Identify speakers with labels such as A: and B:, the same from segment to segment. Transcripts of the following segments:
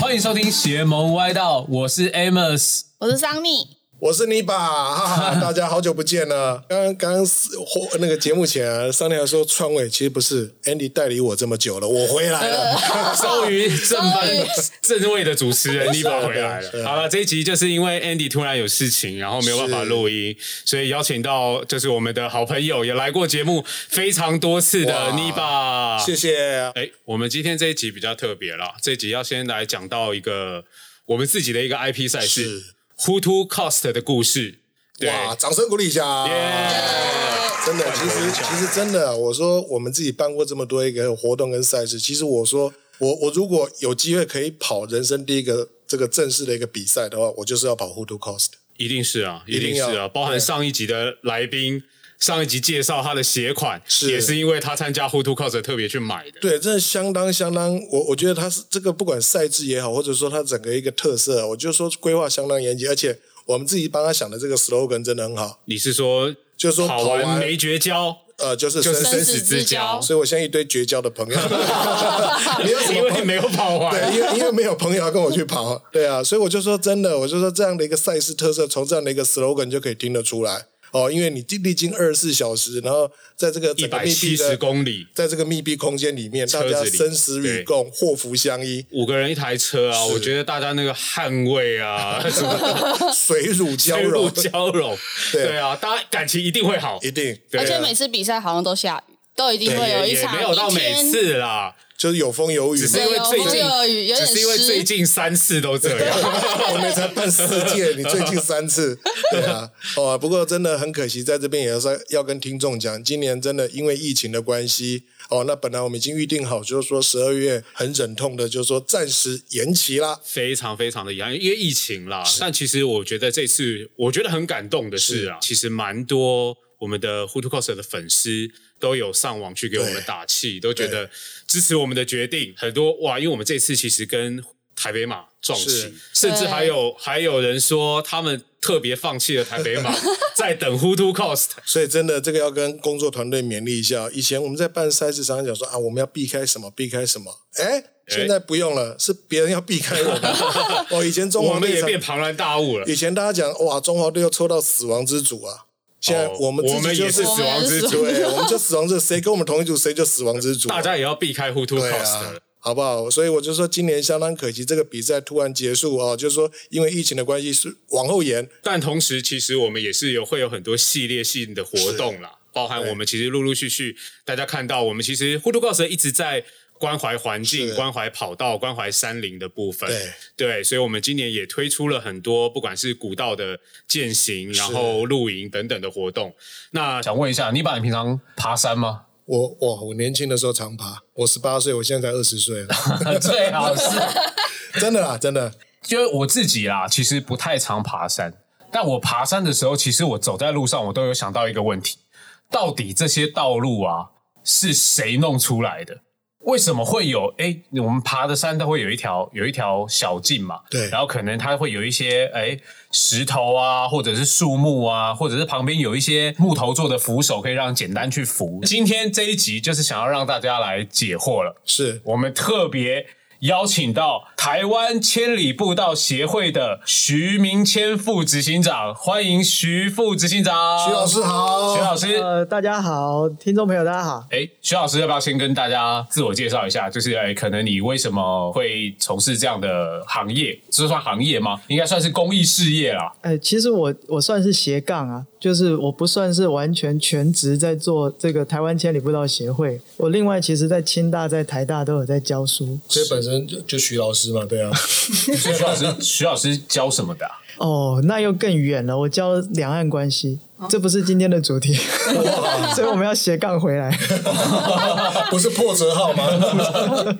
A: 欢迎收听邪盟歪道，我是 Amos。
B: 我是桑尼，
C: 我是你爸，哈哈，大家好久不见了。刚刚刚刚或那个节目前啊，商量说川伟其实不是 Andy 代理我这么久了，我回来了。
A: 终于正班
B: 终于
A: 正位的主持人你把回来
C: 是
A: 了。
C: 啊的
A: 好了，这一集就是因为 Andy 突然有事情，然后没有办法录音，所以邀请到就是我们的好朋友，也来过节目非常多次的
C: 哇
A: 妮爸。
C: 谢谢，
A: 哎，我们今天这一集比较特别啦，这一集要先来讲到一个我们自己的一个 IP 赛事
C: 是
A: ，Who to Cost 的故事。对，
C: 哇，掌声鼓励一下。哦真的，其实其实真的，我说我们自己办过这么多一个活动跟赛事，其实我说我我如果有机会可以跑人生第一个这个正式的一个比赛的话，我就是要跑 Who to Cost。
A: 一定是啊，一
C: 一
A: 定
C: 定
A: 是
C: 要
A: 啊，包含
C: 对
A: 上一集的来宾，上一集介绍他的鞋款，
C: 是
A: 也是因为他参加 Who to Cost 特别去买的。
C: 对，真的相当相当，我我觉得它是这个不管赛制也好，或者说它整个一个特色，我就说规划相当严谨，而且我们自己帮他想的这个 slogan 真的很好，
A: 你是说，
C: 就是说
A: 跑
C: 跑完
A: 没绝交，
C: 呃，就是
A: 就是
C: 生
A: 生死之交，
C: 所以我现在一堆绝交 的朋友，没有什
A: 因
C: 么
A: 为
C: 朋
A: 没有跑
C: 对，
A: 完。
C: 因为因为没有朋友要跟我去跑，对啊，所以我就说真的，我就说这样的一个赛事特色，从这样的一个 slogan 就可以听得出来哦，因为你历历经二十四小时，然后在这个
A: 一
C: 整个
A: 百
C: 密
A: 七
C: 闭
A: 十
C: 的。
A: 公里，
C: 在这个密闭空间里面，大
A: 车
C: 家
A: 子里
C: 生死与
A: 对
C: 共，祸福相依。
A: 五个人一台车啊！我觉得大家那个捍卫啊， 什么
C: 水乳交
A: 深入
C: 融，
A: 交融，
C: 对
A: 对啊，大家感情一定会好。
C: 一定
A: 对啊
B: 而且每次比赛好像都下雨，都一定会有
A: 也
B: 一
A: 也
B: 场
A: 没有到
B: 一
A: 每
B: 天
A: 次啦，
C: 就是有风有雨
A: 只是
C: 嘛。
A: 因为
B: 有
A: 最
B: 风
A: 近，
B: 有雨有
A: 只
B: 点
A: 是因为
B: 湿
A: 最近三次都这样。
C: 我们才办四届，你最近三 次，对啊，哦，不过真的很可惜，在这边也要说要跟听众讲，今年真的因为疫情的关系，哦，那本来我们已经预定好，就是说十二月很忍痛的，就是说暂时延期啦。
A: 非常非常的遗憾，因为疫情啦。但其实我觉得这次，我觉得很感动的是啊，其实蛮多我们的 Who to Cost 的粉丝都有上网去给我们
C: 对
A: 打气，都觉得支持我们的决定。很多哇，因为我们这次其实跟台北马撞齐
C: 是，
A: 甚至还有还有人说他们特别放弃了台北 马，在等 Who to Cost。
C: 所以真的，这个要跟工作团队勉励一下。以前我们在办赛事，常常讲说啊，我们要避开什么，避开什么。哎，现在不用了，是别人要避开我们。 哦，以前中
A: 我
C: 华
A: 们
C: 队
A: 也
C: 常
A: 变庞然大物了，
C: 以前大家讲哇，中华队又抽到死亡之组啊，现在
A: 哦
C: 我们
A: 我
C: 自
A: 们
C: 己就
A: 也是
C: 是
B: 我
A: 死
B: 们
A: 亡之
B: 是
A: 组，
C: 对，我们就死亡之谁跟我们同一组，谁就死亡之组啊、
A: 大家也要避开 Who to
C: 对
A: Cost 了
C: 啊。，好不好？所以我就说今年相当可惜，这个比赛突然结束啊，就是说因为疫情的关系是往后延，
A: 但同时，其实我们也是有会有很多系列性的活动啦，包含
C: 对
A: 我们其实陆陆续续大家看到，我们其实呼噜告蛇一直在关怀环境、
C: 是
A: 关怀跑道、关怀山林的部分。
C: 对
A: 所以我们今年也推出了很多，不管是古道的践行，然后露营等等的活动。那想问一下，你把你平常爬山吗？
C: 我哇，我年轻的时候常爬，我十八岁，我现在才二十岁了，
A: 最好是
C: 真的啦，真的。
D: 因为我自己啦，其实不太常爬山，但我爬山的时候，其实我走在路上，我都有想到一个问题：到底这些道路啊是谁弄出来的？为什么会有？哎，我们爬的山它会有一条有一条小径嘛，
C: 对
D: 然后可能它会有一些哎石头啊，或者是树木啊，或者是旁边有一些木头做的扶手，可以让简单去扶。今天这一集就是想要让大家来解惑了。
C: 是
D: 我们特别邀请到台湾千里步道协会的徐明谦副执行长，欢迎徐副执行长。
C: 徐老，师好，
D: 徐老师，
E: 呃，大家好，听众朋友大家好。
D: 哎，徐老师要不要先跟大家自我介绍一下？就是哎，可能你为什么会从事这样的行业？这算行业吗？应该算是公益事业啊 啦。
E: 哎、其实我我算是斜杠啊，就是我不算是完全全职在做这个台湾千里步道协会。我另外其实，在清大、在台大都有在教书。
C: 所以本身就就徐老师嘛，对啊，
D: 所以徐老师，徐老师教什么的啊、
E: 哦，那又更远了，我教两岸关系，这不是今天的主题，所以我们要斜杠回来。
C: 不是破折 号吗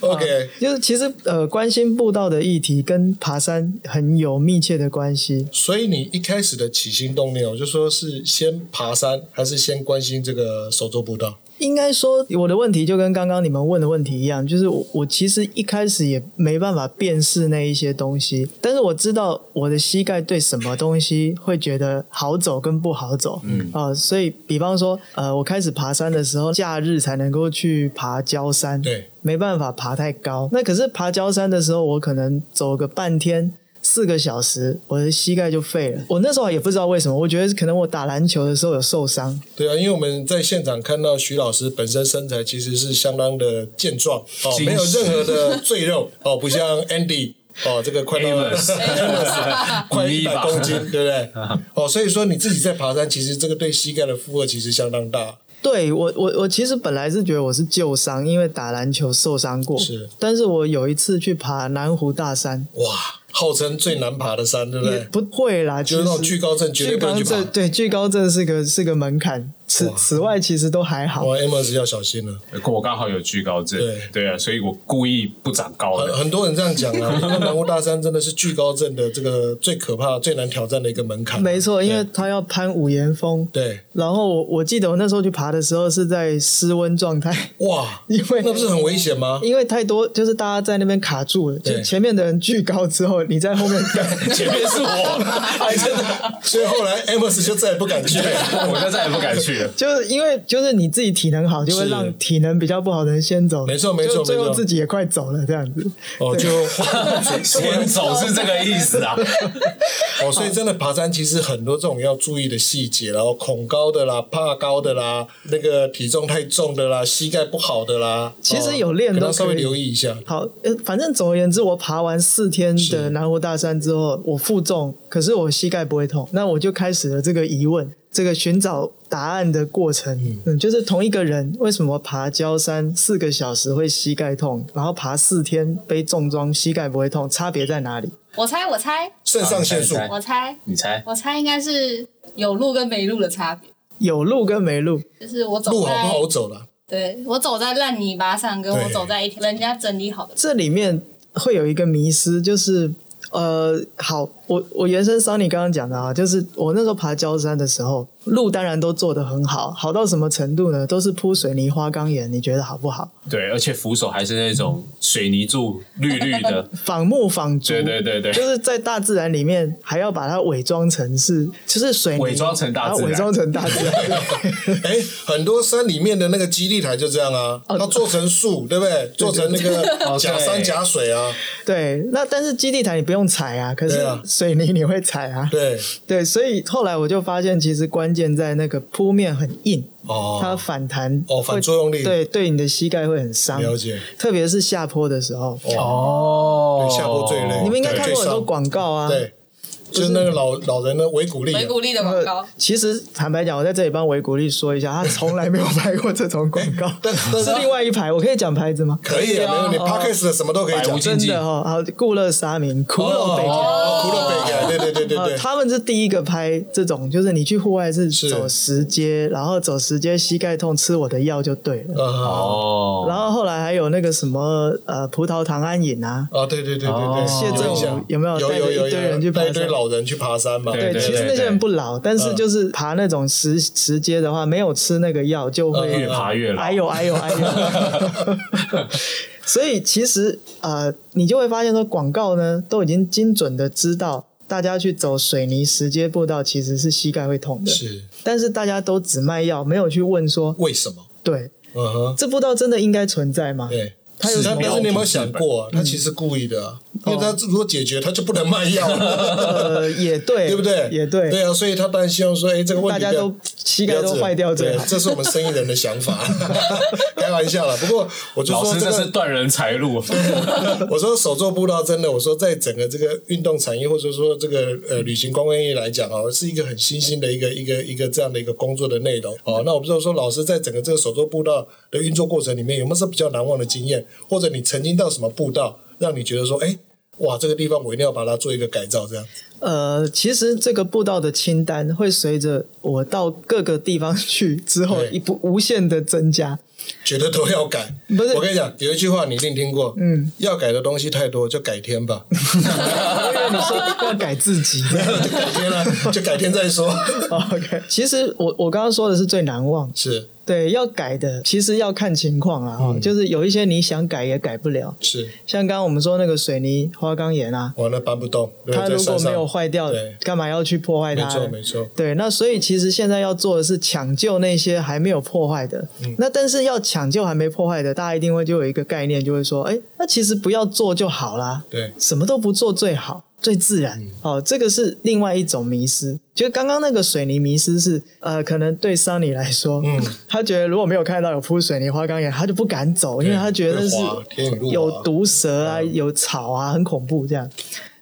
C: ？OK，
E: 就是其实呃，关心步道的议题跟爬山很有密切的关系。
C: 所以你一开始的起心动念，我就说是先爬山，还是先关心这个手肘步道？
E: 应该说，我的问题就跟刚刚你们问的问题一样，就是我我其实一开始也没办法辨识那一些东西，但是我知道我我的膝盖对什么东西会觉得好走跟不好走，嗯啊、所以比方说，呃，我开始爬山的时候，假日才能够去爬焦山，
C: 对，
E: 没办法爬太高。那可是爬焦山的时候，我可能走个半天。四个小时，我的膝盖就废了。我那时候也不知道为什么，我觉得可能我打篮球的时候有受伤，
C: 对啊，因为我们在现场看到徐老师本身身材其实是相当的健壮哦，
A: 精实
C: 没有任何的赘 肉哦，不像 Andy 哦，这个快到
B: Amos 啊
C: 快一
A: 你
C: 百
A: 吧
C: 公斤， 对不对？哦，所以说你自己在爬山，其实这个对膝盖的负荷其实相当大。
E: 对我，我我其实本来是觉得我是旧伤，因为打篮球受伤过。
C: 是，
E: 但是我有一次去爬南湖大山，
C: 哇，号称最难爬的山，对不
E: 也
C: 对？
E: 不会啦，
C: 就是那种
E: 其实
C: 惧高症绝对
E: 惧
C: 不能
E: 高
C: 去爬
E: 症，对，惧高症是个是个门槛。此
C: 哇
E: 此外，其实都还好。
C: 哇，Amos 要小心了。
A: 我刚好有惧高症，
C: 对
A: 对啊，所以我故意不长高
C: 很
A: 的。
C: 很多人这样讲 啊，因为南湖大山真的是惧高症的这个最可怕、最难挑战的一个门槛。啊
E: 没错，因为他要攀五岩峰。
C: 对，
E: 然后我我记得我那时候去爬的时候是在失温状态，
C: 对哇，
E: 因为
C: 那不是很危险吗？
E: 因为太多就是大家在那边卡住了，就
C: 对
E: 前面的人巨高之后，你在后面跟
A: 前面 是我，
C: 哎，真的，所以后来 Amos 就再也不敢 去了。
A: 我就再也不敢去了。
E: 就是因为就是你自己体能好，就会
C: 是
E: 让体能比较不好的人先走，
C: 没错没错
E: 就最
C: 没
E: 后
C: 错
E: 自己也快走了这样子。
C: 哦，就
A: 先走是这个意思啊。
C: 哦，所以真的爬山其实很多这种要注意的细节，然后恐高的啦、怕高的啦、那个体重太重的啦、膝盖不好的啦，
E: 其实
C: 哦
E: 有练
C: 可能
E: 都
C: 稍微
E: 可以
C: 留意一下。
E: 好，呃，反正总而言之，我爬完四天的南湖大山之后，我负重，可是我膝盖不会痛，那我就开始了这个疑问，这个寻找答案的过程。嗯就是同一个人为什么爬焦山四个小时会膝盖痛，然后爬四天背重装膝盖不会痛，差别在哪里？
B: 我猜，我猜，
C: 肾上腺素
A: 好你猜
B: 我猜，
A: 你猜？
B: 我猜应该是有路跟没路的差别，
E: 有路跟没路，
B: 就是我走
C: 路好
B: 在
C: 不好走啦？
B: 对我走在烂泥巴上，跟我
C: 对
B: 走在一条人家整理好的。
E: 这里面会有一个迷失，就是呃，好，我我原生 Sony 刚刚讲的啊，就是我那时候爬焦山的时候，路当然都做得很好，好到什么程度呢？都是铺水泥花岗岩，你觉得好不好？
A: 对，而且扶手还是那种水泥柱，绿绿 的。
E: 仿木仿竹，
A: 对对对对
E: 就是在大自然里面还要把它伪装成是，就是水泥
A: 伪装成大自然
E: 把它伪装成大自然。
C: 哎，很多山里面的那个基地台就这样啊，它做成树，对不对？做成那个
A: 哦
C: 假山
A: 对
C: 假水啊，
E: 对，那但是基地台你不用踩啊，可是
C: 对啊
E: 水泥你会踩啊。
C: 对，
E: 对，所以后来我就发现，其实关键在那个铺面很硬，它
C: 哦，
E: 反弹
C: 哦
E: 会
C: 反作用力
E: 对对你的膝盖会很伤，
C: 了解，
E: 特别是下坡的时候，
A: 哦
C: 对下坡最累
E: 你们应该
C: 对
E: 看过很多
C: 对
E: 广告啊。
C: 对，就是那个老老人的维骨力啊，
B: 维骨力的广告
E: 呃，，其实坦白讲，我在这里帮维古力说一下，他从来没有拍过这种广告，
C: 但但
E: 是另外一排，我可以讲牌子吗？
C: 可以啊，没问题，Podcast 的什么都可以
A: 百
C: 讲
A: 无。
E: 真
A: 禁忌
E: 的哦，好，固乐沙明，骷髅北京。
C: 哦，骷髅北改，对对对对
E: 呃，
C: 对，
E: 他们是第一个拍这种，就是你去户外是
C: 是
E: 走石阶，然后走石阶膝盖痛，吃我的药就对了。
C: 啊
A: 哦，
E: 然后后来还有那个什么呃葡萄糖胺饮啊，
C: 啊，对对对对对，
A: 哦
E: 谢振武有没有
C: 有
E: 带着
C: 有有
E: 一堆人去爬
C: 带一堆
E: 山？
C: 老人去爬山嘛？
A: 对
E: 对，其实那些人不老，但是就是爬那种石石阶的话，没有吃那个药就会
A: 越爬越老
E: 哎。呦哎呦哎呦！所以其实呃，你就会发现说，广告呢都已经精准的知道大家去走水泥石阶步道其实是膝盖会痛的，
C: 是
E: 但是大家都只卖药，没有去问说，
C: 为什么？
E: 对
C: 嗯哼，
E: 这步道真的应该存在吗？
C: 对。
E: 他有
C: 是
E: 什
C: 但
E: 么
C: 但是你有没有想过
E: 嗯
C: 啊，他其实故意的啊，因为
E: 哦
C: 他如果解决，他就不能卖药 了，
E: 呃，也对，
C: 对不对？
E: 也对，
C: 对啊，所以他当然希望说，哎，这个问
E: 大
C: 题
E: 家
C: 不要
E: 都膝盖都坏掉最
C: 对
E: 好，。
C: 这是我们生意人的想 法，开玩笑了。不过我就
A: 老
C: 说
A: 师，
C: 这
A: 这是
C: 个，
A: 断人财路。
C: 我说手作步道真的，我说在整个这个运动产业或者说这个呃旅行观光业来讲哦，是一个很新兴的一个一个一个这样的一个工作的内容哦。那我不知道说老师在整个这个手作步道的运作过程里面有没有是比较难忘的经验，或者你曾经到什么步道让你觉得说，哎，哇，这个地方我一定要把它做一个改造这样。
E: 呃，其实这个步道的清单会随着我到各个地方去之后，
C: 对
E: 一不无限的增加。
F: 觉得都要改。
E: 不是
F: 我跟你讲，有一句话你一定听过，嗯，要改的东西太多，就改天吧，
E: 因为你说要改自己。
F: 就 改天了，就改天再 说。
E: OK，其实我我刚刚说的是最难忘，
F: 是
E: 对，要改的其实要看情况啦，哈、就是有一些你想改也改不了，
F: 是，
E: 像刚刚我们说那个水泥花岗岩啊，
F: 完了搬不动，对
E: 它
F: 在
E: 如
F: 山
E: 果
F: 上
E: 没有坏掉
F: 对，
E: 干嘛要去破坏它？
F: 没错没错，
E: 对，那所以其实现在要做的是抢救那些还没有破坏的。
F: 嗯
E: 那但是要抢救还没破坏的，大家一定会就有一个概念，就会说，哎，那其实不要做就好啦，
F: 对嗯
E: 什么都不做最好，最自然。哦，这个是另外一种迷失。就刚刚那个水泥迷失是，呃，可能对桑尼来说，
F: 嗯
E: 他觉得如果没有看到有铺水泥花岗岩，他就不敢走，因为他觉得是
F: 会滑天雨路滑
E: 有毒蛇啊、
F: 嗯
E: 有草啊，很恐怖这样。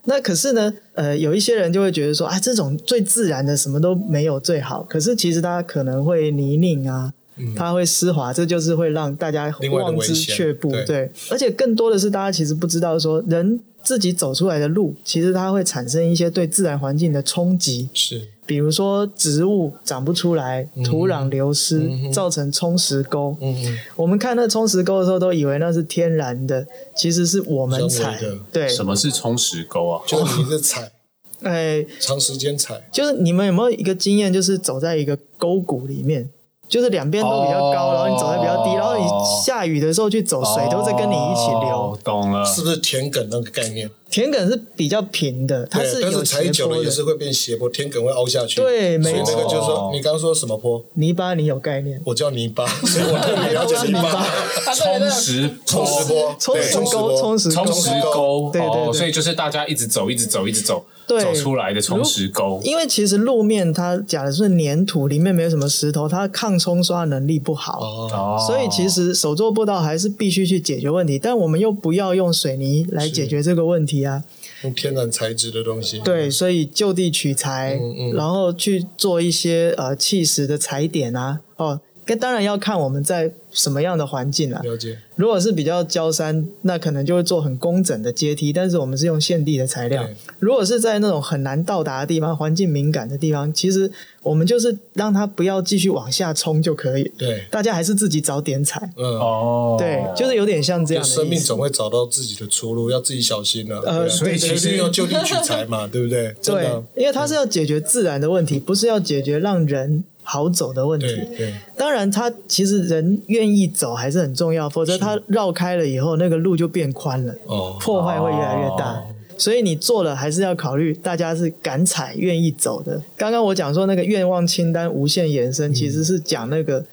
E: 那可是呢，呃，有一些人就会觉得说，啊，这种最自然的什么都没有最好。可是其实它可能会泥泞啊，它会湿滑，这就是会让大家
F: 嗯另外的
E: 望
F: 危
E: 之
F: 险
E: 却步。
F: 对
E: 对，而且更多的是大家其实不知道说，人自己走出来的路，其实它会产生一些对自然环境的冲击。
F: 是，
E: 比如说植物长不出来，土壤流失，造成冲石沟。
F: 嗯，
E: 我们看那冲石沟的时候，都以为那是天然的，其实是我们踩
F: 人为的。
E: 对，
A: 什么是冲石沟啊？
F: 就是你是踩，
E: 哎，
F: 长时间踩，
E: 就是你们有没有一个经验，就是走在一个沟谷里面，就是两边都比较高，
A: 哦
E: 然后你走在比较低，然后你下雨的时候去走，水都在跟你一起流
A: 哦。懂了。
F: 是不是田埂那个概念？
E: 田埂是比较平的，它
F: 对，但
E: 有
F: 是踩
E: 斜
F: 久
E: 坡
F: 了也是
E: 的。
F: 会变斜坡，田埂会凹下去。
E: 对没
F: 所以那个
A: 错
F: 就是说，你刚刚说什么坡？
E: 泥巴你有概念？
F: 我叫泥 巴，所以我特别了解泥巴。
A: 冲石
F: 冲
A: 坡
F: 石坡，
E: 冲
F: 对
E: 石沟，
F: 冲
E: 冲石
A: 冲
E: 沟。
A: 石沟，
E: 对对对
A: 哦，所以就是大家一直走，一直走，一直走，
E: 对
A: 走出来的冲石沟。
E: 因为其实路面它假如是粘土，里面没有什么石头，它抗冲刷能力不好。
F: 哦，
A: 哦，
E: 所以其实手做步道还是必须去解决问题，但我们又不要用水泥来解决这个问题啊。
F: 用天然材质的东西。
E: 对，所以就地取材，
F: 嗯嗯
E: 然后去做一些呃砌石的踩点啊。哦，那当然要看我们在什么样的环境啊。
F: 了解。
E: 如果是比较焦山，那可能就会做很工整的阶梯，但是我们是用现地的材料
F: 对。
E: 如果是在那种很难到达的地方、环境敏感的地方，其实我们就是让它不要继续往下冲就可以。
F: 对，
E: 大家还是自己找点踩。
F: 嗯，
A: 哦，
E: 对，就是有点像
F: 就
E: 这样的
F: 生命
E: 意思
F: 总会找到自己的出路，要自己小心了。
E: 呃
F: 对
E: 所
A: 以其实
F: 要就地取材嘛，对不对？真
E: 对
F: 的，，
E: 因为它是要解决自然的问题，不是要解决让人好走的问
F: 对
E: 题。
F: 对，
E: 当然，它其实人愿意走还是很重要，否则它绕开了以后，那个路就变宽了，
F: 哦，
E: 破坏会越来越大。
A: 哦
E: 所以你做了，还是要考虑大家是敢踩、愿意走的。刚刚我讲说那个愿望清单无限延伸，
F: 嗯
E: 其实是讲那个，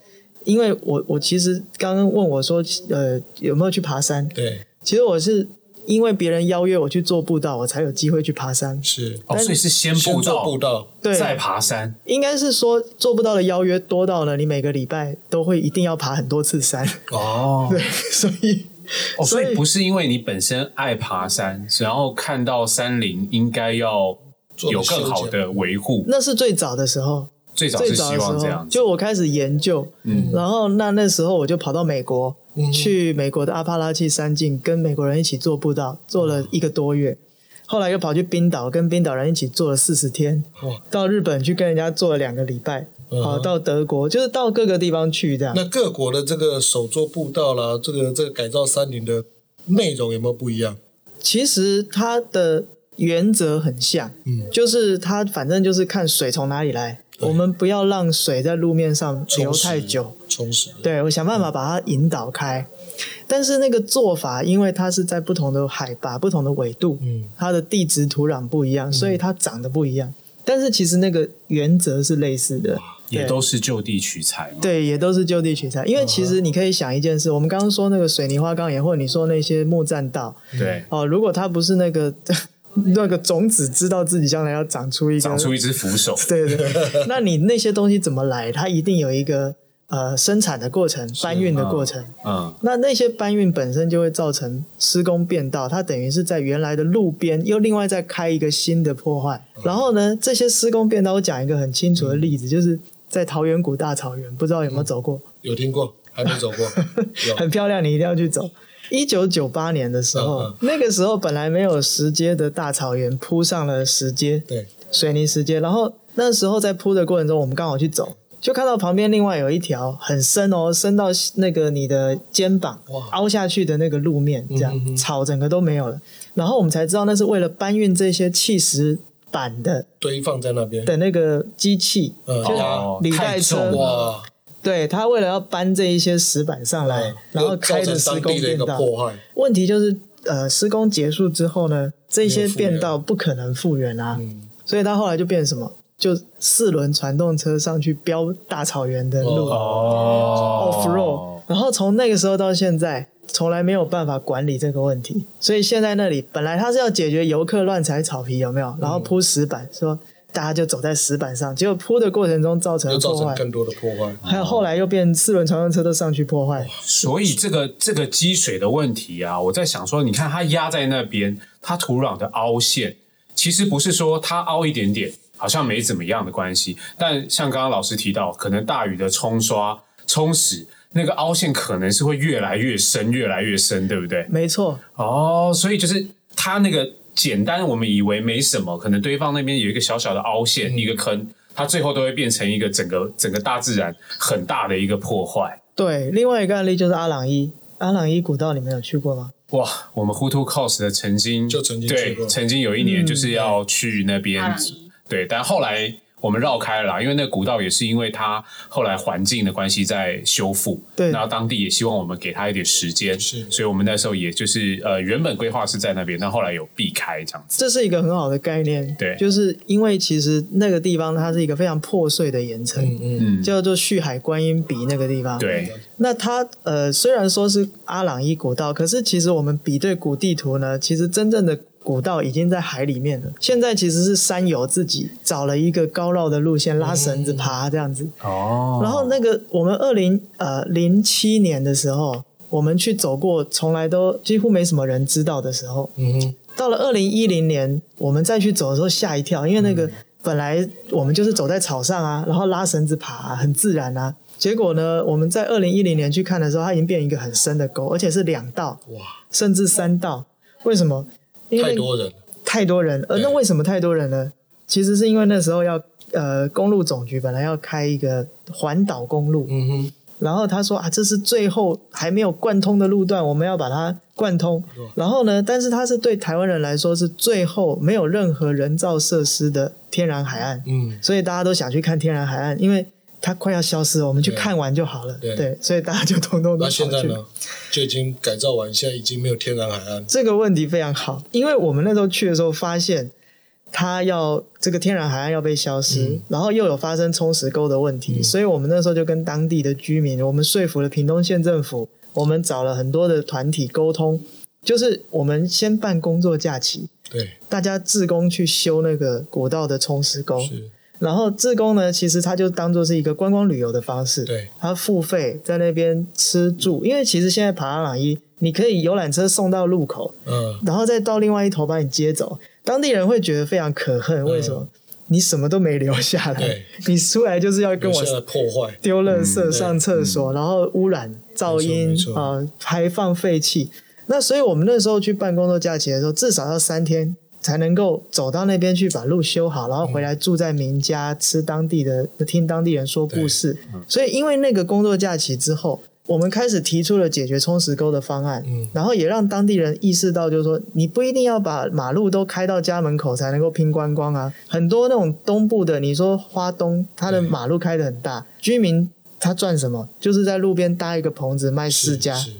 E: 因为我我其实刚刚问我说，呃，有没有去爬山？
F: 对，
E: 其实我是因为别人邀约我去做步道，我才有机会去爬山。
F: 是
A: 哦，所以是先
F: 先
A: 步
F: 做
A: 道，
F: 步道，
E: 对，
A: 再爬山。
E: 应该是说做不到的邀约多到呢，你每个礼拜都会一定要爬很多次山，
A: 哦，
E: 对， 所以
A: 哦，所
E: 所
A: 以
E: 以
A: 不是因为你本身爱爬山，然后看到山林应该要
F: 做
A: 有
F: 得
A: 更好
F: 修剪
A: 的维护，
E: 那是最早的时候，
A: 最早
E: 最
A: 是
E: 早
A: 希
E: 的时
A: 望这
E: 候
A: 样子。嗯
E: 就我开始研究，然后那那时候我就跑到美国，去美国的阿帕拉契山径跟美国人一起做步道，做了一个多
A: 嗯
E: 月。后来又跑去冰岛，跟冰岛人一起做了四十天
F: 哇，
E: 到日本去跟人家做了两个礼拜，
A: 嗯
E: 好、到德国，就是到各个地方去这样。
F: 那各国的这个手做步道啦，这个这个改造山林的内容有没有不一样？
E: 其实它的原则很像，
A: 嗯
E: 就是它反正就是看水从哪里来，我们不要让水在路面上留太久，
F: 充实，
E: 对我想办法把它引导开。但是那个做法，因为它是在不同的海拔、不同的纬度，
F: 嗯
E: 它的地质土壤不一
A: 嗯
E: 样，所以它长得不一样。但是其实那个原则是类似的，
A: 也
E: 对
A: 都是就地取材嘛。
E: 对，也都是就地取材。因为其
A: 啊
E: 实你可以想一件事，我们刚刚说那个水泥花岗岩，或者你说那些木栈道，
A: 对，
E: 哦，如果它不是那个 那个种子知道自己将来要长出一个，
A: 长出一只扶手。
E: 对对，那你那些东西怎么来？它一定有一个呃生产的过程、搬运的过程。
A: 嗯，
E: 那那些搬运本身就会造成施工变道，它等于是在原来的路边又另外再开一个新的破坏。然后
F: 嗯
E: 呢，这些施工变道，我讲一个很清楚的例子，就是在桃源谷大草原，不知道有没有走过？
F: 有听过，还没走 过，嗯有
E: 很漂亮，你一定要去走。一九九八年的时候，
F: 嗯嗯
E: 那个时候本来没有石阶的大草原铺上了石阶，
F: 对，
E: 水泥石阶，然后那时候在铺的过程中，我们刚好去走，就看到旁边另外有一条很深哦，深到那个你的肩膀凹下去的那个路面，这
C: 嗯
E: 样、草整个都没有了。然后我们才知道那是为了搬运这些砌石板的
C: 堆放在那边，
E: 的那个机器，
C: 嗯
E: 就是
A: 哦
E: 履
A: 太
E: 带
A: 重
E: 车，
C: 哇，
E: 对他为了要搬这一些石板上来，然后
C: 嗯造
E: 开着
C: 成
E: 施
C: 当
E: 工
C: 地的一
E: 便
C: 个
E: 道。
C: 破坏，
E: 问题就是，呃，施工结束之后呢，这些
C: 没有复原
E: 变道不可能复原啊，所以他后来就变成什么？就四轮传动车上去飙大草原的路、
A: 哦
E: off road，然后从那个时候到现在，从来没有办法管理这个问题，所以现在那里本来他是要解决游客乱踩草皮有没有，然后铺石板，说大家就走在石板上，结果铺的过程中造成
C: 就
E: 了
C: 造
E: 破
C: 成
E: 坏，
C: 更多的破坏。
E: 还有后来又变四轮传动车都上去破坏，
A: 所以这个这个积水的问题啊，我在想说，你看它压在那边，它土壤的凹陷，其实不是说它凹一点点，好像没怎么样的关系。但像刚刚老师提到，可能大雨的冲刷、冲蚀，那个凹陷可能是会越来越深、越来越深，对不对？
E: 没错，
A: 哦，所以就是它那个简单，我们以为没什么，可能对方那边有一个小小的凹陷、一个坑，它最后都会变成一个整个整个大自然很大的一个破坏。
E: 对，另外一个案例就是阿朗伊，阿朗伊古道你们有去过吗？
A: 哇，我们 Who to Cos 的曾经
C: 就曾经去过
A: 对，曾经有一
E: 嗯
A: 年就是要去那边，
B: 阿朗伊
A: 对，但后来我们绕开了啦，因为那古道也是因为它后来环境的关系在修复，
E: 对
A: 然后当地也希望我们给他一点时间，
C: 是
A: 所以我们那时候也就是呃原本规划是在那边，但后来有避开这样子，
E: 这是一个很好的概念，
A: 对
E: 就是因为其实那个地方它是一个非常破碎的岩层，
C: 嗯
A: 嗯，
E: 叫做旭海观音鼻那个地方。，
A: 对，
E: 那它呃虽然说是阿朗伊古道，可是其实我们比对古地图呢，其实真正的古道已经在海里面了。现在其实是山友自己找了一个高绕的路线，拉绳
C: 嗯
E: 子爬这样子。
A: 哦
E: 然后那个我们二零呃零七年的时候，我们去走过从来都几乎没什么人知道的时候，
C: 嗯哼，
E: 到了二零一零年，我们再去走的时候吓一跳，因为那
C: 嗯
E: 个本来我们就是走在草上啊，然后拉绳子爬啊、很自然啊。结果呢，我们在二零一零年去看的时候，它已经变一个很深的沟，而且是两道
C: 哇，
E: 甚至三道。为什么？因
C: 太
E: 为
C: 多人了，
E: 太多人。呃，
C: 对
E: 那为什么太多人呢？其实是因为那时候要呃，公路总局本来要开一个环岛公路，
C: 嗯哼，
E: 然后他说啊，这是最后还没有贯通的路段，我们要把它贯通。然后呢，但是它是对台湾人来说是最后没有任何人造设施的天然海岸，
C: 嗯，
E: 所以大家都想去看天然海岸，因为它快要消失了，我们去
C: 对
E: 看完就好了。
C: 对
E: 所以大家就通通都
C: 那
E: 跑
C: 现在
E: 去
C: 呢，就已经改造完，现在已经没有天然海岸，
E: 这个问题非常好，因为我们那时候去的时候发现，它要这个天然海岸要被消失，
C: 嗯
E: 然后又有发生冲石沟的问题，所以我们那时候就跟当地的居民，我们说服了屏东县政府，我们找了很多的团体沟通，就是我们先办工作假期，
C: 对，
E: 大家志工去修那个古道的冲石沟，
C: 是，
E: 然后志工呢，其实他就当做是一个观光旅游的方式，
C: 对，
E: 他付费在那边吃住，因为其实现在爬阿朗伊，你可以游览车送到路口。
C: 嗯，
E: 然后再到另外一头把你接走，当地人会觉得非常可恨。为什么？你什么都没留下
C: 嗯
E: 来
C: 对，
E: 你出来就是要跟
C: 留
E: 我
C: 下了破坏，
E: 丢垃圾、上厕所，然后污染、噪音
C: 没错没错
E: 啊、呃排放废气。那所以我们那时候去办工作假期的时候，至少要三天才能够走到那边去把路修好，然后回
C: 嗯
E: 来住在民家，吃当地的，听当地人说故事。所以因为那个工作假期之后。我们开始提出了解决冲石沟的方案，
A: 嗯
E: 然后也让当地人意识到，就是说你不一定要把马路都开到家门口才能够拼观光啊。很多那种东部的，你说花东，它的马路开得很
A: 嗯
E: 大，居民他赚什么？就是在路边搭一个棚子卖世家，
C: 是，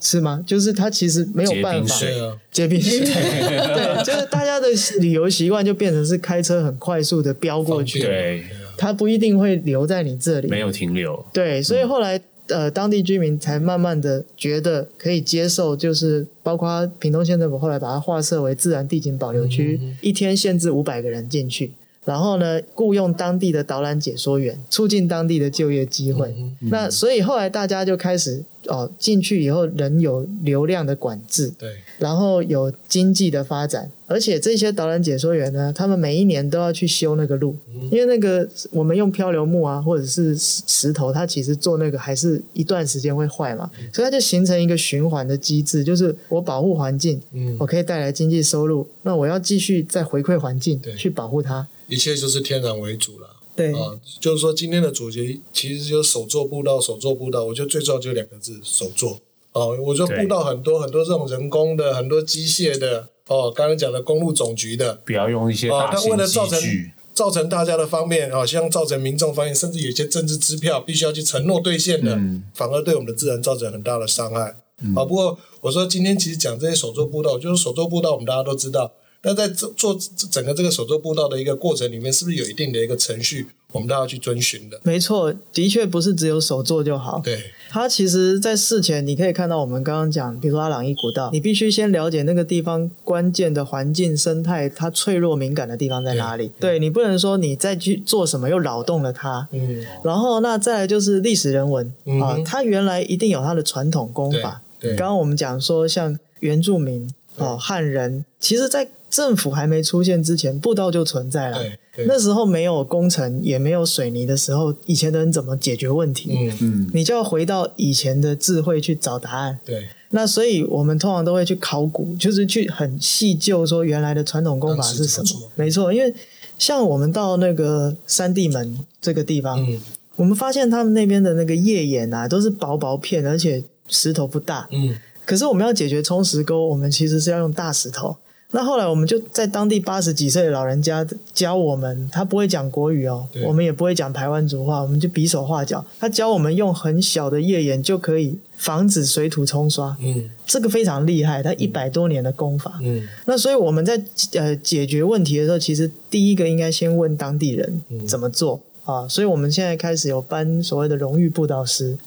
E: 是吗？就是他其实没有办
A: 结冰
E: 法
A: 水
C: 对啊，
E: 结 冰水，对，就是大家的旅游习惯就变成是开车很快速的飙过去，
A: 对，
E: 他不一定会留在你这里，
A: 没有停留，
E: 对，所以后来呃，当地居民才慢慢的觉得可以接受，就是包括屏东县政府后来把它划设为自然地景保留区，一天限制五百个人进去。然后呢，雇佣当地的导览解说员，促进当地的就业机会。
C: 嗯
E: 那所以后来大家就开始哦，进去以后人有流量的管制，
C: 对，
E: 然后有经济的发展，而且这些导览解说员呢，他们每一年都要去修那个路，
C: 嗯
E: 因为那个我们用漂流木啊，或者是石石头，它其实做那个还是一段时间会坏嘛，
C: 嗯
E: 所以它就形成一个循环的机制，就是我保护环境，
C: 嗯
E: 我可以带来经济收入，那我要继续再回馈环境
C: 对，
E: 去保护它。
C: 一切就是天然为主了，
E: 对，
C: 啊，就是说今天的主题其实就是手做步道，手做步道，我觉得最重要就两个字，手做。哦，我觉得
A: 对
C: 步道很多很多这种人工的，很多机械的，哦，刚才讲的公路总局的，
A: 不要用一些
C: 哦
A: 大，
C: 但为
A: 型
C: 了造
A: 机
C: 成
A: 具。
C: 造成大家的方便，好、像造成民众方面，甚至有些政治支票必须要去承诺兑现的，
A: 嗯
C: 反而对我们的自然造成很大的伤害。啊、不过我说今天其实讲这些手作步道，就是手作步道，我们大家都知道。那在做做整个这个手作步道的一个过程里面，是不是有一定的一个程序，我们都要去遵循的？
E: 没错，的确不是只有手做就好。
C: 对，
E: 它其实，在事前你可以看到，我们刚刚讲，比如说阿朗伊古道，你必须先了解那个地方关键的环境生态，它脆弱敏感的地方在哪里。对你不能说你再去做什么又扰动了它。
C: 嗯，
E: 然后，那再来就是历史人文、
C: 嗯
E: 啊，它原来一定有它的传统功法。
C: 对嗯对
E: 刚刚我们讲说，像原住民哦、汉人，其实在政府还没出现之前，步道就存在了。
C: 对，对，
E: 那时候没有工程，也没有水泥的时候，以前的人怎么解决问题？
C: 嗯，
A: 嗯，
E: 你就要回到以前的智慧去找答案。
C: 对，
E: 那所以我们通常都会去考古，就是去很细究说原来的传统功法是什
C: 当时怎么
E: 么
C: 做。
E: 没错，因为像我们到那个三地门这个地方，
C: 嗯
E: 我们发现他们那边的那个页岩啊，都是薄薄片，而且石头不大。
C: 嗯，
E: 可是我们要解决冲石沟，我们其实是要用大石头。那后来我们就在当地八十几岁的老人家教我们，他不会讲国语哦
C: 对，
E: 我们也不会讲台湾族话，我们就比手画脚。他教我们用很小的页岩就可以防止水土冲刷，
C: 嗯，
E: 这个非常厉害，他一百多年的功法。
C: 嗯，
E: 那所以我们在呃解决问题的时候，其实第一个应该先问当地人
C: 嗯
E: 怎么做。啊，所以我们现在开始有颁所谓的荣誉布道师，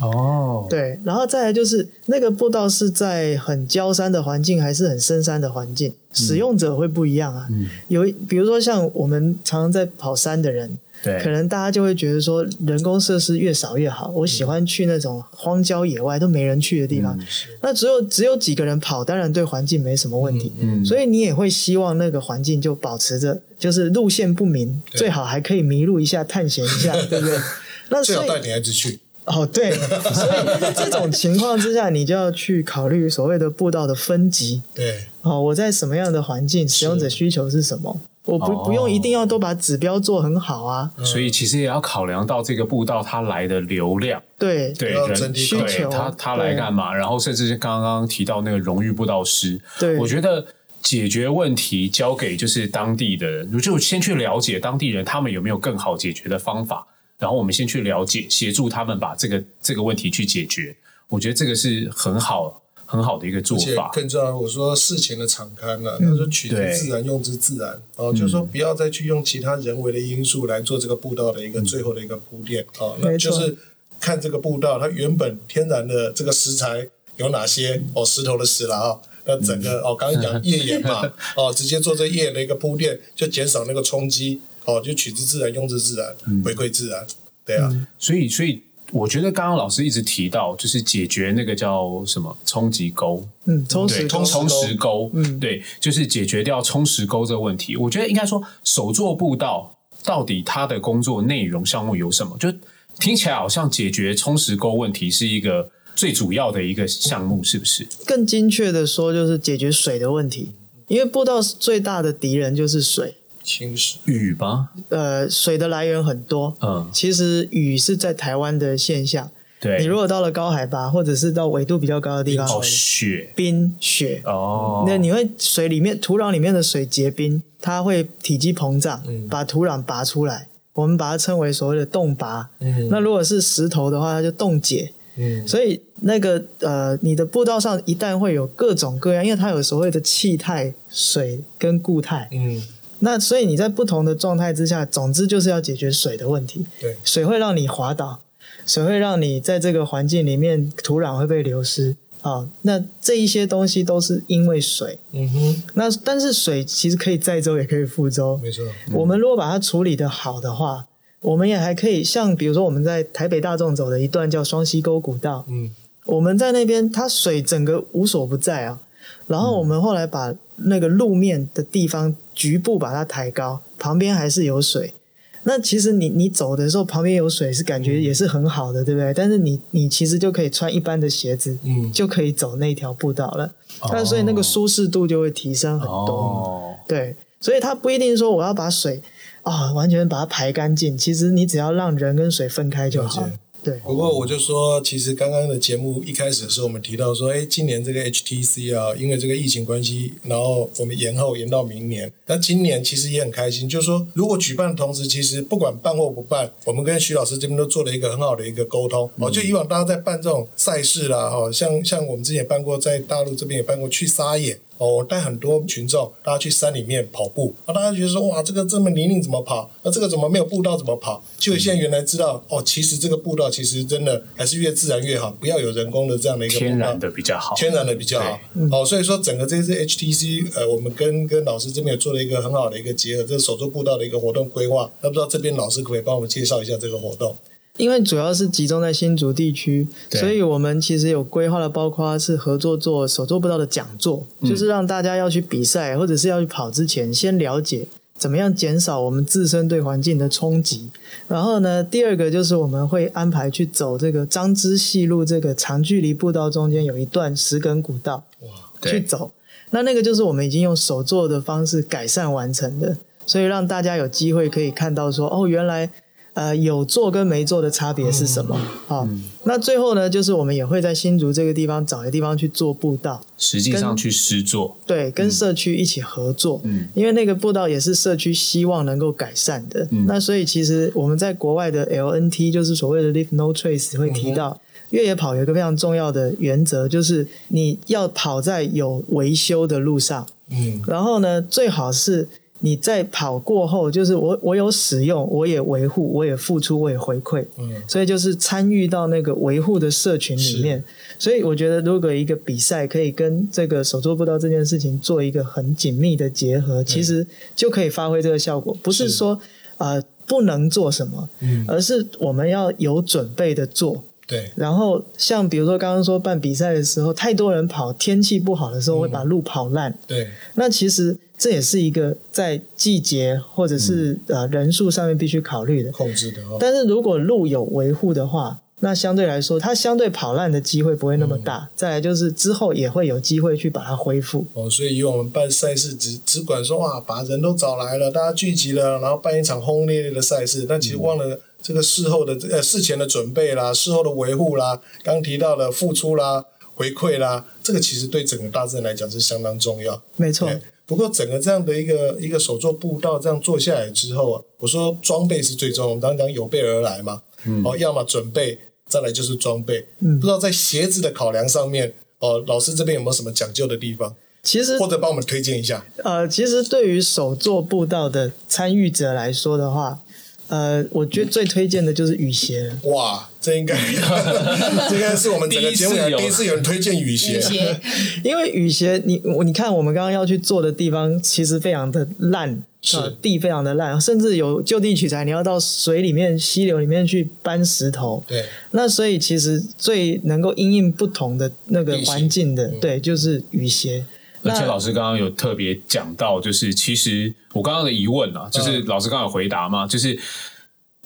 A: 哦，
E: 对，然后再来就是那个步道是在很郊山的环境，还是很深山的环境，使用者会不一样啊。
A: 嗯
E: 有一比如说像我们常常在跑山的人，
A: 对，
E: 可能大家就会觉得说人工设施越少越好。我
A: 嗯
E: 喜欢去那种荒郊野外都没人去的地方，那只有只有几个人跑，当然对环境没什么问题。
A: 嗯，
E: 所以你也会希望那个环境就保持着，就是路线不明，最好还可以迷路一下、探险一 下，对不对？那
C: 最
E: 所
C: 好
E: 以
C: 带女孩子去。
E: 哦，对，所以在这种情况之下，你就要去考虑所谓的步道的分级。
C: 对，
E: 哦，我在什么样的环境，使用者需求是什么？我不、
A: 哦嗯
E: 不用一定要都把指标做很好啊，
C: 嗯
A: 所以其实也要考量到这个步道它来的流量，
E: 对
A: 对
C: 要
A: 人
C: 整体
E: 需
A: 对
E: 求
A: 他他
E: 对
A: 来干嘛？然后甚至是刚刚提到那个荣誉布道师，
E: 对
A: 我觉得解决问题交给就是当地的人，我就先去了解当地人他们有没有更好解决的方法，然后我们先去了解，协助他们把这个这个问题去解决。我觉得这个是很好很好的一个做
C: 而且
A: 法。
C: 更重要，我说事情的敞开了，
E: 嗯
C: 他说取之
A: 对嗯
C: 自然，用之自然，哦，就是说不要再去用其他人为的因素来做这个步道的
A: 嗯
C: 一个最后的一个铺垫，哦，那
E: 没
C: 就
E: 错
C: 是看这个步道它原本天然的这个食材有哪些，哦，石头的石了啊。那整
A: 嗯
C: 个哦，刚刚讲页岩 嘛，哦，直接做这页岩的一个铺垫，就减少那个冲击，哦，就取之自然，用之自然，
A: 嗯
C: 回馈自然，对啊，
A: 所以所以我觉得刚刚老师一直提到，就是解决那个叫什么冲击沟，
E: 嗯，充
A: 对，
E: 实
A: 冲
E: 沟
A: 冲石沟，
E: 嗯
A: 对，就是解决掉冲石沟这个问题。我觉得应该说，手作步道到底它的工作内容项目有什么？就听起来好像解决冲石沟问题是一个最主要的一个项目，是不是？
E: 更精确的说，就是解决水的问题，因为步道最大的敌人就是水。
C: 侵蚀，
A: 雨吗？
E: 呃，水的来源很多，
A: 嗯，
E: 其实雨是在台湾的现象。
A: 对。
E: 你如果到了高海拔，或者是到纬度比较高的地方，
A: 哦雪
E: 冰雪
A: 哦，
E: 那你会水里面土壤里面的水结冰，它会体积膨胀，
C: 嗯
E: 把土壤拔出来，我们把它称为所谓的冻拔。
C: 嗯
E: 那如果是石头的话，它就冻解。
C: 嗯，
E: 所以那个呃，你的步道上一旦会有各种各样，因为它有所谓的气态、水跟固态。
C: 嗯，
E: 那所以你在不同的状态之下，总之就是要解决水的问题。
C: 对，
E: 水会让你滑倒，水会让你在这个环境里面土壤会被流失啊。那这一些东西都是因为水。
C: 嗯哼，
E: 那但是水其实可以载舟也可以覆舟。
C: 没错，
E: 我们如果把它处理的好的话，我们也还可以像比如说我们在台北大众走的一段叫双溪沟古道，
C: 嗯，
E: 我们在那边它水整个无所不在啊。然后我们后来把那个路面的地方局部把它抬高，旁边还是有水。那其实你你走的时候旁边有水是感觉也是很好的，对不对？但是你你其实就可以穿一般的鞋子，
C: 嗯
E: 就可以走那条步道了。那所以那个舒适度就会提升很多。
A: 哦，
E: 对，所以它不一定说我要把水啊、完全把它排干净。其实你只要让人跟水分开就好
C: 了
E: 了
C: 解。
E: 对，
C: 不过我就说，其实刚刚的节目一开始的时候，我们提到说，哎，今年这个 HTC 啊，因为这个疫情关系，然后我们延后延到明年。那今年其实也很开心，就是说，如果举办的同时，其实不管办或不办，我们跟徐老师这边都做了一个很好的一个沟通。哦，就以往大家在办这种赛事啦，哦，像像我们之前也办过，在大陆这边也办过去撒野。哦，我带很多群众，大家去山里面跑步，那大家觉得说，哇，这个这么泥泞怎么跑？那这个怎么没有步道怎么跑？就现在原来知道，哦，其实这个步道其实真的还是越自然越好，不要有人工的这样的一个步道
A: 天然的比较好。
C: 天然的比较好。哦，所以说整个这次 HTC，呃，我们跟跟老师这边也做了一个很好的一个结合，这是手作步道的一个活动规划。那不知道这边老师可不可以帮我们介绍一下这个活动？
E: 因为主要是集中在新竹地区，
A: 对
E: 所以我们其实有规划了，包括是合作做手做不到的讲座，就是让大家要去比赛或者是要去跑之前，先了解怎么样减少我们自身对环境的冲击。然后呢，第二个就是我们会安排去走这个张之细路这个长距离步道，中间有一段石梗古道，去
A: 对，
E: 走。那那个就是我们已经用手做的方式改善完成的，所以让大家有机会可以看到说，哦，原来呃有做跟没做的差别是什么啊、那最后呢，就是我们也会在新竹这个地方找一个地方去做步道，
A: 实际上去施作，
E: 对，跟社区一起合作，嗯，因为那个步道也是社区希望能够改善的，那所以其实我们在国外的 LNT 就是所谓的 Leave No Trace 会提到。越野跑有一个非常重要的原则，就是你要跑在有维修的路上，
C: 嗯，
E: 然后呢，最好是你在跑过后，就是我我有使用，我也维护，我也付出，我也回馈，
C: 嗯，
E: 所以就是参与到那个维护的社群里面。所以我觉得，如果一个比赛可以跟这个手作步道这件事情做一个很紧密的结
C: 嗯
E: 合，其实就可以发挥这个效果，不是说呃不能做什么，
C: 嗯
E: 而是我们要有准备的做。
C: 对，
E: 然后像比如说刚刚说办比赛的时候，太多人跑，天气不好的
C: 嗯
E: 时候会把路跑烂，
C: 对，
E: 那其实这也是一个在季节或者是、
C: 嗯
E: 呃人数上面必须考虑的。
C: 控制的哦。
E: 但是如果路有维护的话，那相对来说，它相对跑烂的机会不会那么
C: 嗯
E: 大。再来就是之后也会有机会去把它恢复。
C: 哦，所以以往我们办赛事只只管说哇，把人都找来了，大家聚集了，然后办一场轰轰烈烈的赛事，但其实忘了这个事后的呃事前的准备啦，事后的维护啦，刚提到的付出啦、回馈啦，这个其实对整个大自然来讲是相当重要。
E: 没错，
C: 对，不过整个这样的一个一个手作步道这样做下来之后啊，我说装备是最重要，我们刚刚讲有备而来嘛，哦，要么准备，再来就是装备。不知道在鞋子的考量上面，哦，老师这边有没有什么讲究的地方，
E: 其实
C: 或者帮我们推荐一下？
E: 呃，其实对于手作步道的参与者来说的话，呃，我觉得最推荐的就是雨鞋了。
C: 哇，这应该这应该是我们整个节目以来
A: 第一次有
C: 第一次有人推荐雨鞋
B: 雨，鞋，
E: 因为雨鞋，你我你看我们刚刚要去做的地方，其实非常的烂，
C: 是
E: 呃地非常的烂，甚至有就地取材，你要到水里面、溪流里面去搬石头。
C: 对，
E: 那所以其实最能够因应不同的那个环境的，
C: 嗯
E: 对，就是雨鞋。
A: 而且
E: 那
A: 老师刚刚有特别讲到，就是其实我刚刚的疑问
E: 嗯
A: 啊，就是老师刚刚有回答嘛，就是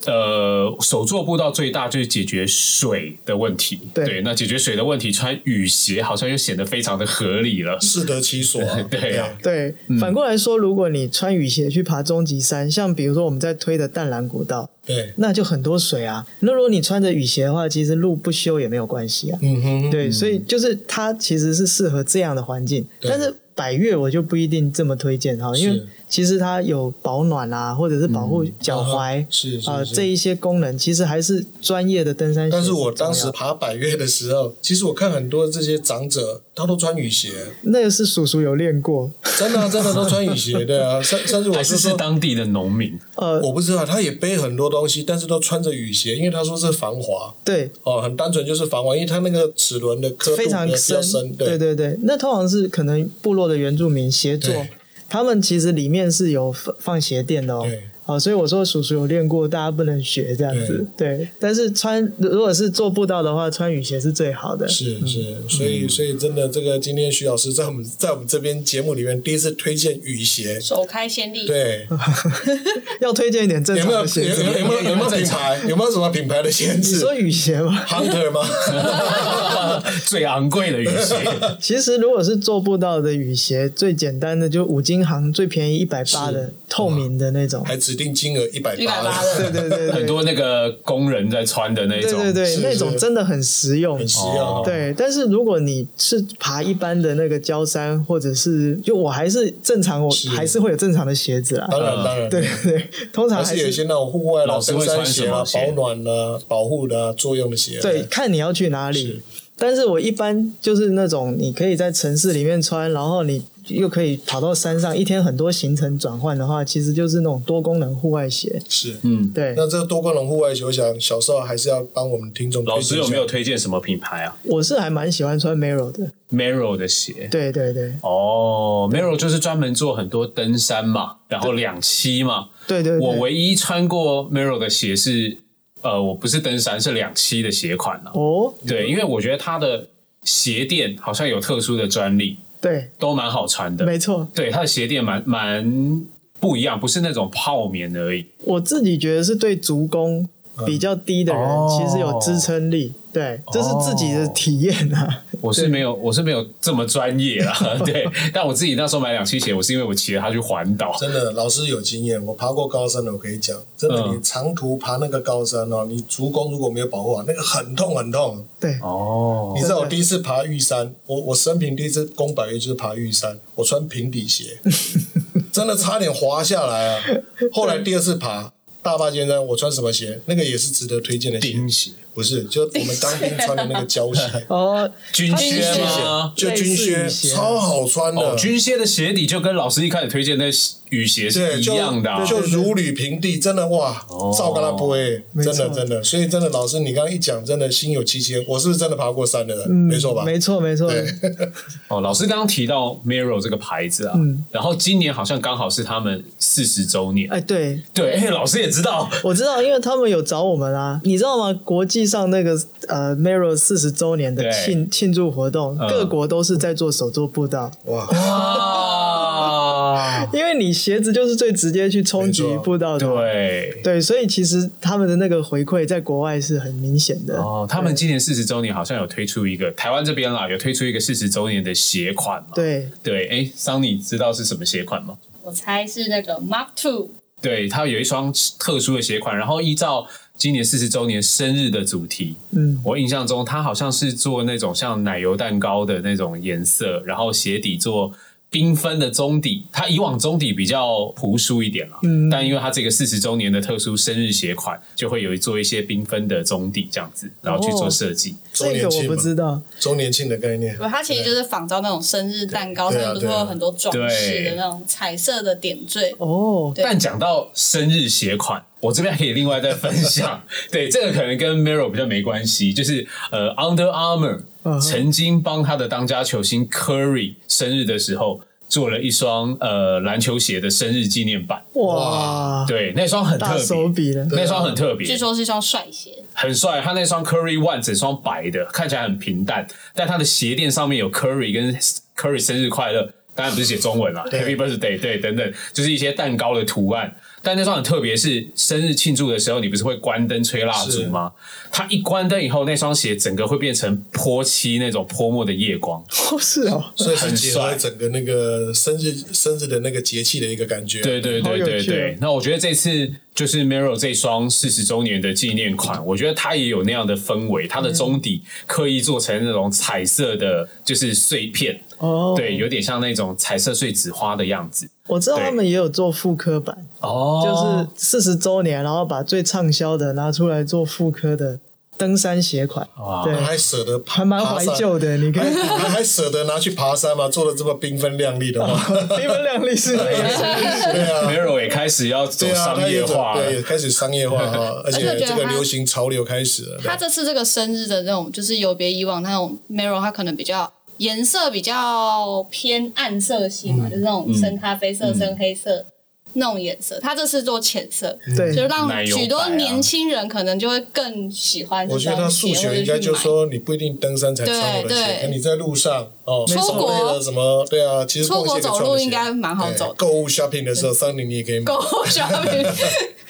A: 呃，手作步道最大就是解决水的问题。
E: 对
A: 那解决水的问题，穿雨鞋好像又显得非常的合理了。，
E: 嗯
C: 适得其所啊
A: 对啊
E: 对，反过来说，如果你穿雨鞋去爬终极山，像比如说我们在推的淡蓝古道，
C: 对，
E: 那就很多水啊。那如果你穿着雨鞋的话，其实路不修也没有关系啊。
C: 嗯哼，
E: 对，所以就是它其实是适合这样的环境，
C: 对
E: 但是百越我就不一定这么推荐哈，因为
C: 是
E: 其实它有保暖啊，或者是保护脚踝
C: 嗯是是
E: 啊、
C: 是
E: 这一些功能，其实还是专业的登山鞋重要。
C: 但是我当时爬百越的时候，其实我看很多这些长者，他都穿雨鞋，
E: 那个是叔叔有练过，
C: 真的啊、真的都穿雨鞋的啊，甚甚至我
A: 还是
C: 是
A: 是
C: 说，
A: 当地的农 民，
E: 呃，
C: 我不知道，他也背很多东西，但是都穿着雨鞋，因为他说是防滑
E: 对，
C: 哦，很单纯就是防滑，因为他那个齿轮的刻度
E: 非常
C: 比较
E: 深，
C: 深，
E: 对对那通常是可能部落的原住民协作
C: 对，
E: 他们其实里面是有放放鞋垫的哦
C: 对。
E: 好、所以我说叔叔有练过，大家不能学这样子。对，但是穿如果是做步道的话，穿雨鞋是最好的。
C: 是是，
E: 嗯
C: 所以所以真的，这个今天徐老师在我们在我们这边节目里面第一次推荐雨鞋，
B: 首开先例。
C: 对，
E: 要推荐一点正
C: 有
E: 常
C: 没有
E: 的
C: 有
E: 鞋子吗。
C: 有有没有有没有品牌？有没有什么品牌的限
E: 你
C: 制
E: 说雨鞋吗？
C: ？Hunter 吗？
A: 最昂贵的雨鞋，
E: 其实如果是做步道的雨鞋，最简单的就五金行最便宜一百八的透明的那种，
C: 还直指定金额一百
B: 一百八
C: 八，
B: 的，
E: 对对对
A: 很
E: 对
A: 多那个工人在穿的那
E: 对
A: 种，
E: 对对，
C: 是
E: 那种
C: 是
E: 真的很实用
C: 很。实哦用。
E: 对，但是如果你是爬一般的那个焦山，或者是就我还是正常，我
C: 是
E: 还是会有正常的鞋子啦。啊
C: 当然当然，
E: 嗯对对，通常
C: 还
E: 还
C: 是有一些那种户外啦
A: 老、师
C: 登
A: 会
C: 山
A: 穿
C: 鞋
A: 什
C: 啦
A: 么、鞋
C: 保暖啦、保护的作用的鞋。
E: 对，看你要去哪里。但是我一般就是那种你可以在城市里面穿，然后你又可以跑到山上，一天很多行程转换的话，其实就是那种多功能户外鞋。
C: 是。
A: 嗯，
E: 对，
C: 那这个多功能户外鞋，我想小时候还是要帮我们听众
A: 老
C: 推荐
A: 师
C: 一下
A: 有没有推荐什么品牌啊
E: 我是还蛮喜欢穿 Mero 的。
A: ？Mero 的鞋。
E: 对对对
A: 哦，Mero 就是专门做很多登山嘛，然后两栖嘛。
E: 对对对，
A: 我唯一穿过 Mero 的鞋是，呃，我不是登山，是两栖的鞋款啊。
E: 哦，
A: 对，因为我觉得它的鞋垫好像有特殊的专利，
E: 对，
A: 都蛮好穿的。
E: 没错，
A: 对，它的鞋垫蛮蛮不一样，不是那种泡棉而已。
E: 我自己觉得是对足弓
C: 嗯
E: 比较低的人，
A: 哦
E: 其实有支撑力。对，这是自己的体验啊。
C: 哦
A: 我是没有，我是没有这么专业啦。 对，但我自己那时候买两栖鞋，我是因为我骑着它去环 岛。
C: 真的，老师有经验，我爬过高山的，我可以讲，真的，
A: 嗯
C: 你长途爬那个高山哦，你足弓如果没有保护好，那个很痛很痛。
E: 对，，
A: 哦
C: 你，知道我第一次爬玉山，我我生平第一次攻百越就是爬玉山，我穿平 底鞋，真的差点滑下来啊！后来第二次爬大坝尖山，我穿什么鞋？那个也是值得推荐的鞋，
A: 钉鞋、
C: 不是，就我们当兵穿的那个胶 鞋
E: 哦，
A: 军靴
E: 它是
A: 吗？
C: 就军靴，
E: 类似于鞋
C: 超好穿的。
A: 哦，军靴的鞋底就跟老师一开始推荐的雨鞋是
C: 对，
A: 一
C: 就
A: 样的、啊。
C: 就如履平地，真的哇
A: 哦，
C: 照跟他不会，
E: 没错
C: 真的真的，所以真的老师，你刚刚一讲，真的心有戚戚焉。我是不是真的爬过山的人？没错吧？
E: 没错，没错。
C: 对，
A: 哦，老师刚刚提到 Miro 这个牌子啊，
E: 嗯
A: 然后今年好像刚好是他们四十周年。
E: 哎，对，
A: 对，哎，老师也知道，
E: 我知道，因为他们有找我们啦、你知道吗？国际上那个呃 Mero 四十周年的
A: 对
E: 庆庆祝活动，
A: 嗯
E: 各国都是在做手作步道，
A: 哇，
E: 因为你鞋子就是最直接去冲击
C: 没错
E: 步道的 嘛。
A: 对，
E: 对，所以其实他们的那个回馈在国外是很明显的。
A: 哦，他们今年四十周年好像有推出一个台湾这边啦，有推出一个四十周年的鞋款嘛？
E: 对，
A: 对，哎，桑尼知道是什么鞋款吗？
B: 我猜是那个 Mark Two，
A: 对，它有一双特殊的鞋款，然后依照今年四十周年生日的主题，
E: 嗯，
A: 我印象中它好像是做那种像奶油蛋糕的那种颜色，然后鞋底做。缤纷的中底，它以往中底比较朴素一点啦，
E: 嗯
A: 但因为它这个四十周年的特殊生日鞋款，就会有做一些缤纷的中底这样子，然后去做设计。
C: 周
E: 这
C: 年
E: 个我
C: 庆
E: 不
C: 嘛，
E: 知道。
C: 周年庆的概念
B: 不，它其实就是仿照那种生日蛋糕，上
C: 对
B: 面不是
C: 对
B: 会
C: 啊
B: 有很多装饰
A: 对
B: 的那种彩色的点缀。
E: 哦，
B: 对
A: 但讲到生日鞋款，我这边还可以另外再分 享。对，这个可能跟 Mero 比较没关系，就是呃，Under Armour
E: 嗯哼
A: 曾经帮他的当家球星 Curry 生日的时候做了一双呃篮球鞋的生日纪念版。
E: 哇，
A: 对，那双很特
E: 大手
A: 别，
E: 笔了。
A: 那双很特别，
B: 据说是一双帅鞋，
A: 很帅。他那双 Curry One 整双白的，看起来很平淡，但他的鞋垫上面有 Curry 跟 Curry 生日快乐，当然不是写中文啦，Happy Birthday 对等等，就是一些蛋糕的图案。但那双很特别，是生日庆祝的时候，你不是会关灯吹蜡烛吗？他一关灯以后，那双鞋整个会变成泼漆那种泼墨的夜光，
E: 哦，是哦，
C: 所以是结
A: 很
C: 合
A: 帅
C: 整个那个生日生日的那个节气的一个感觉。
A: 对对
E: 好
A: 对
E: 有
A: 对
E: 趣
A: 对
E: 哦，
A: 那我觉得这次就是 Mero 这双四十周年的纪念款，我觉得它也有那样的氛围，它的中底刻意做成那种彩色的，就是碎片，
E: 哦，
A: 对，，有点像那种彩色碎纸花的样子。
E: 我知道
A: 对
E: 他们也有做复刻版，就是
A: 哦，
E: 四十周年，然后把最畅销的拿出来做复刻的登山鞋款，
A: 哇
E: 对，
C: 还舍得爬，
E: 还蛮怀旧的。你
C: 爬
E: 看，
C: 山，还还舍得拿去爬山吗？做的这么缤纷亮丽的话，
E: 缤纷亮丽是那个，
C: 对啊，
A: ，Mero 也开始要走
C: 对啊，
A: 商业化
C: 对，
A: 了
C: 也。开始商业化哈，而
B: 而且我觉
C: 且
B: 得
C: 这个
B: 他
C: 流行潮流开始了。
B: 它这次这个生日的那种，就是有别以往那种 Mero，它可能比较颜色比较偏暗色系嘛，就是那种深咖啡色、深黑色那种颜色。它这次做浅色，就
E: 对，
B: 让
A: 奶油白啊
B: 许多年轻人可能就会更喜欢这
C: 我觉得他
B: 双鞋。
C: 数学应该就
B: 或者去
C: 是
B: 买
C: 说，你不一定登山才穿我的
B: 对
C: 鞋，
B: 对
C: 可你在路上哦，
B: 出国
C: 为了什么？对啊，其实
B: 出
C: 逛
B: 国
C: 街可以
B: 走
C: 穿我
B: 路
C: 的鞋
B: 应该蛮好走
C: 对
B: 的。
C: 购物 shopping 的时候，桑尼你也可以买
B: 购。物 shopping，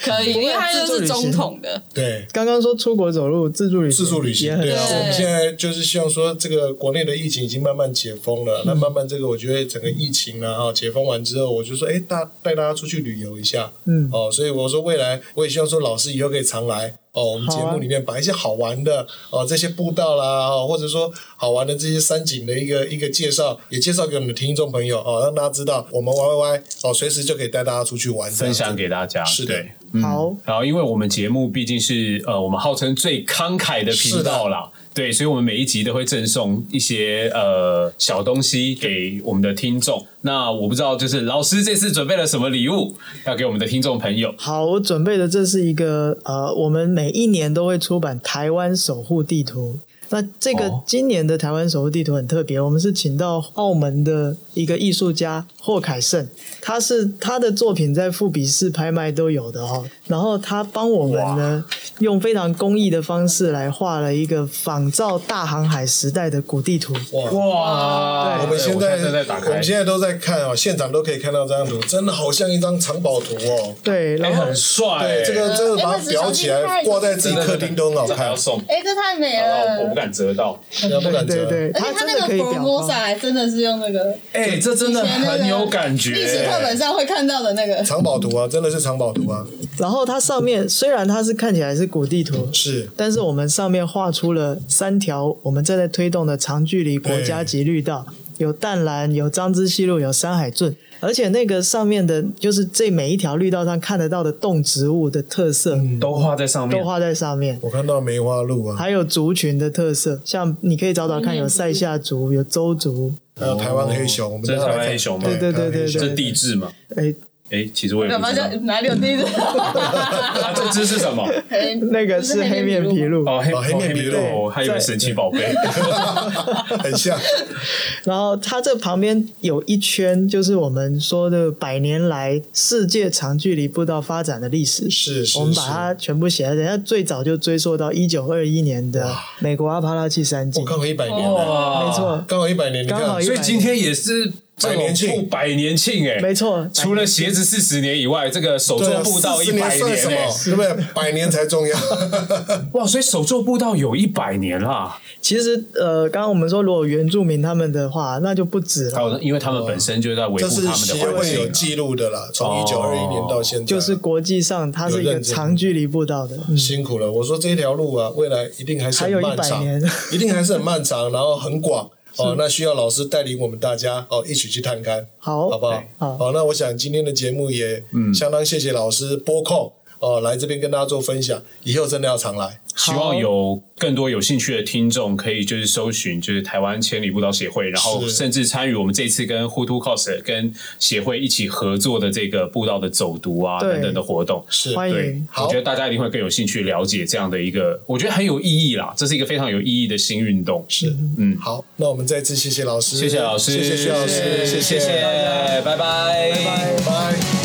B: 可以，因为它就是中统的，
C: 对，
E: 刚刚说出国走路自助旅行，
C: 自助旅行，
E: 也很
C: 对啊，
B: 对
C: 我们现在就是希望说，这个国内的疫情已经慢慢解封
E: 嗯
C: 了，那慢慢这个我觉得整个疫情啊，哈，解封完之后，我就说，哎，大带大家出去旅游一下，
E: 嗯
C: 哦，所以我说未来我也希望说，老师以后可以常来。哦，我们节
E: 好啊
C: 目里面把一些好玩的哦，这些步道啦，哦，或者说好玩的这些山景的一个一个介绍，也介绍给我们的听众朋友哦，让大家知道我们 Y Y Y 哦，随时就可以带大家出去玩，
A: 分享给大家。
C: 是的
A: 对。
E: 好，
A: 然后，因为我们节目毕竟是呃，我们号称最慷慨的频道啦，对，所以我们每一集都会赠送一些呃小东西给我们的听众。那我不知道，就是老师这次准备了什么礼物要给我们的听众朋友？
E: 好，我准备的这是一个呃，我们每一年都会出版台湾守护地图。那这个
A: 哦
E: 今年的台湾守护地图很特别，我们是请到澳门的一个艺术家霍凯盛，他是他的作品在富比士拍卖都有的哦。然后他帮我们呢，用非常工艺的方式来画了一个仿照大航海时代的古地图。
C: 哇。
A: 哇！
E: 对
C: 我们现在
A: 正在打
C: 我
A: 开
C: 们，现在都在看哦，现场都可以看到这张图，真的好像一张藏宝图哦。
E: 对，
A: 哎，
E: 然后
A: 很帅欸，
C: 对，这个真的把它裱起来，挂在自己客厅都很好
A: 这还
C: 看
A: 要，送，
B: 哎，这太美
A: 我不
B: 了。
A: 敢折到。
C: 人家不敢
E: 对
C: 折。
E: 对，
B: 而且
E: 他
B: 它
E: 真
B: 那
E: 的
B: 个
E: 可以表达
B: Formosa 还真的是用那个
A: 哎，这真的很有感觉
B: 历史课本上会看到的那个，
C: 藏宝图啊，真的是藏宝图啊，
E: 然后它上面虽然它是看起来是古地图，
C: 是
E: 但是我们上面画出了三条我们正在推动的长距离国家级绿道，有淡蓝，有张之溪路，有山海圳，而且那个上面的就是这每一条绿道上看得到的动植物的特色、
A: 都画在上
E: 都
A: 面，
E: 画在上面。
C: 我看到梅花鹿啊，
E: 还有族群的特色，像你可以找找看，有塞夏族，有周族，
C: 还有台湾黑熊，我们
A: 这是
C: 待会来
A: 台湾
C: 看
A: 黑熊吗
E: 哦对对对对
A: 这
E: 对，
A: 地质嘛？
E: 哎，
A: 哎，其实我也
B: 干
A: 不
B: 嘛
A: 知
B: 就
A: 道。
B: 哪里有地 址？
A: 啊， 这只是什么？
E: 那个是黑面琵鹭，
A: 哦，黑
C: 哦黑面琵鹭
A: 我还以为神奇宝 贝。
C: 很像，
E: 然后它这旁边有一圈，就是我们说的百年来世界长距离步道发展的历史。
C: 是是
E: 我们把它全部写在这里，人家最早就追溯到一九二一年的美国阿帕拉契山
C: 我
E: 脊，
C: 刚好一百年了，
A: 哇，
E: 没。错，
C: 刚好一百年，你看
E: 刚好一
A: 所以今天也是这
C: 百年庆
A: 种百年庆哎，
E: 没。错，
A: 除了鞋子四十年以外，这个手
C: 对
A: 作
C: 啊，
A: 步道
C: 四
A: 一
C: 十
A: 百
C: 年算什
A: 哎
C: 么？，
E: 欸
C: 对不对？百年才重要，
A: 哇！所以手作步道有一百年啦。
E: 其实呃，刚刚我们说如果原住民他们的话，那就不止了，
A: 哦，因为他们本身就在维
C: 这
A: 护
C: 是
A: 他们的
C: 协
A: 环
C: 会
A: 境啊
C: 有
A: 哦
C: 记录的啦，从一九二一年到现在，
E: 就是国际上它是一
C: 有
E: 个
C: 认证
E: 长距离步道的，嗯
C: 辛苦了。我说这条路啊，未来一定还是
E: 还
C: 很
E: 有一
C: 漫
E: 百
C: 长，
E: 年。
C: 一定还是很漫长，然后很 广哦。那需要老师带领我们大家哦，一起去探勘，
E: 好，
C: 好不好？
E: 好
C: 好，那我想今天的节目也
A: 嗯
C: 相当谢谢老师播控哦，来这边跟大家做分享，以后真的要常来。
A: 希望有更多有兴趣的听众可以就是搜寻就是台湾千里步道协会，然后
C: 是
A: 甚至参与我们这次跟 h u t u Cos 跟协会一起合作的这个步道的走读啊
E: 对
A: 等等的活动。
C: 是，
E: 欢
A: 对
E: 迎，
C: 好
A: 我觉得大家一定会更有兴趣了解这样的一个，我觉得很有意义啦，这是一个非常有意义的新运动。
C: 是，
A: 嗯，
C: 好，那我们再次谢谢老师，
A: 谢谢老师，
C: 谢谢徐老师，谢
A: 谢谢，拜拜，拜拜
C: 拜拜。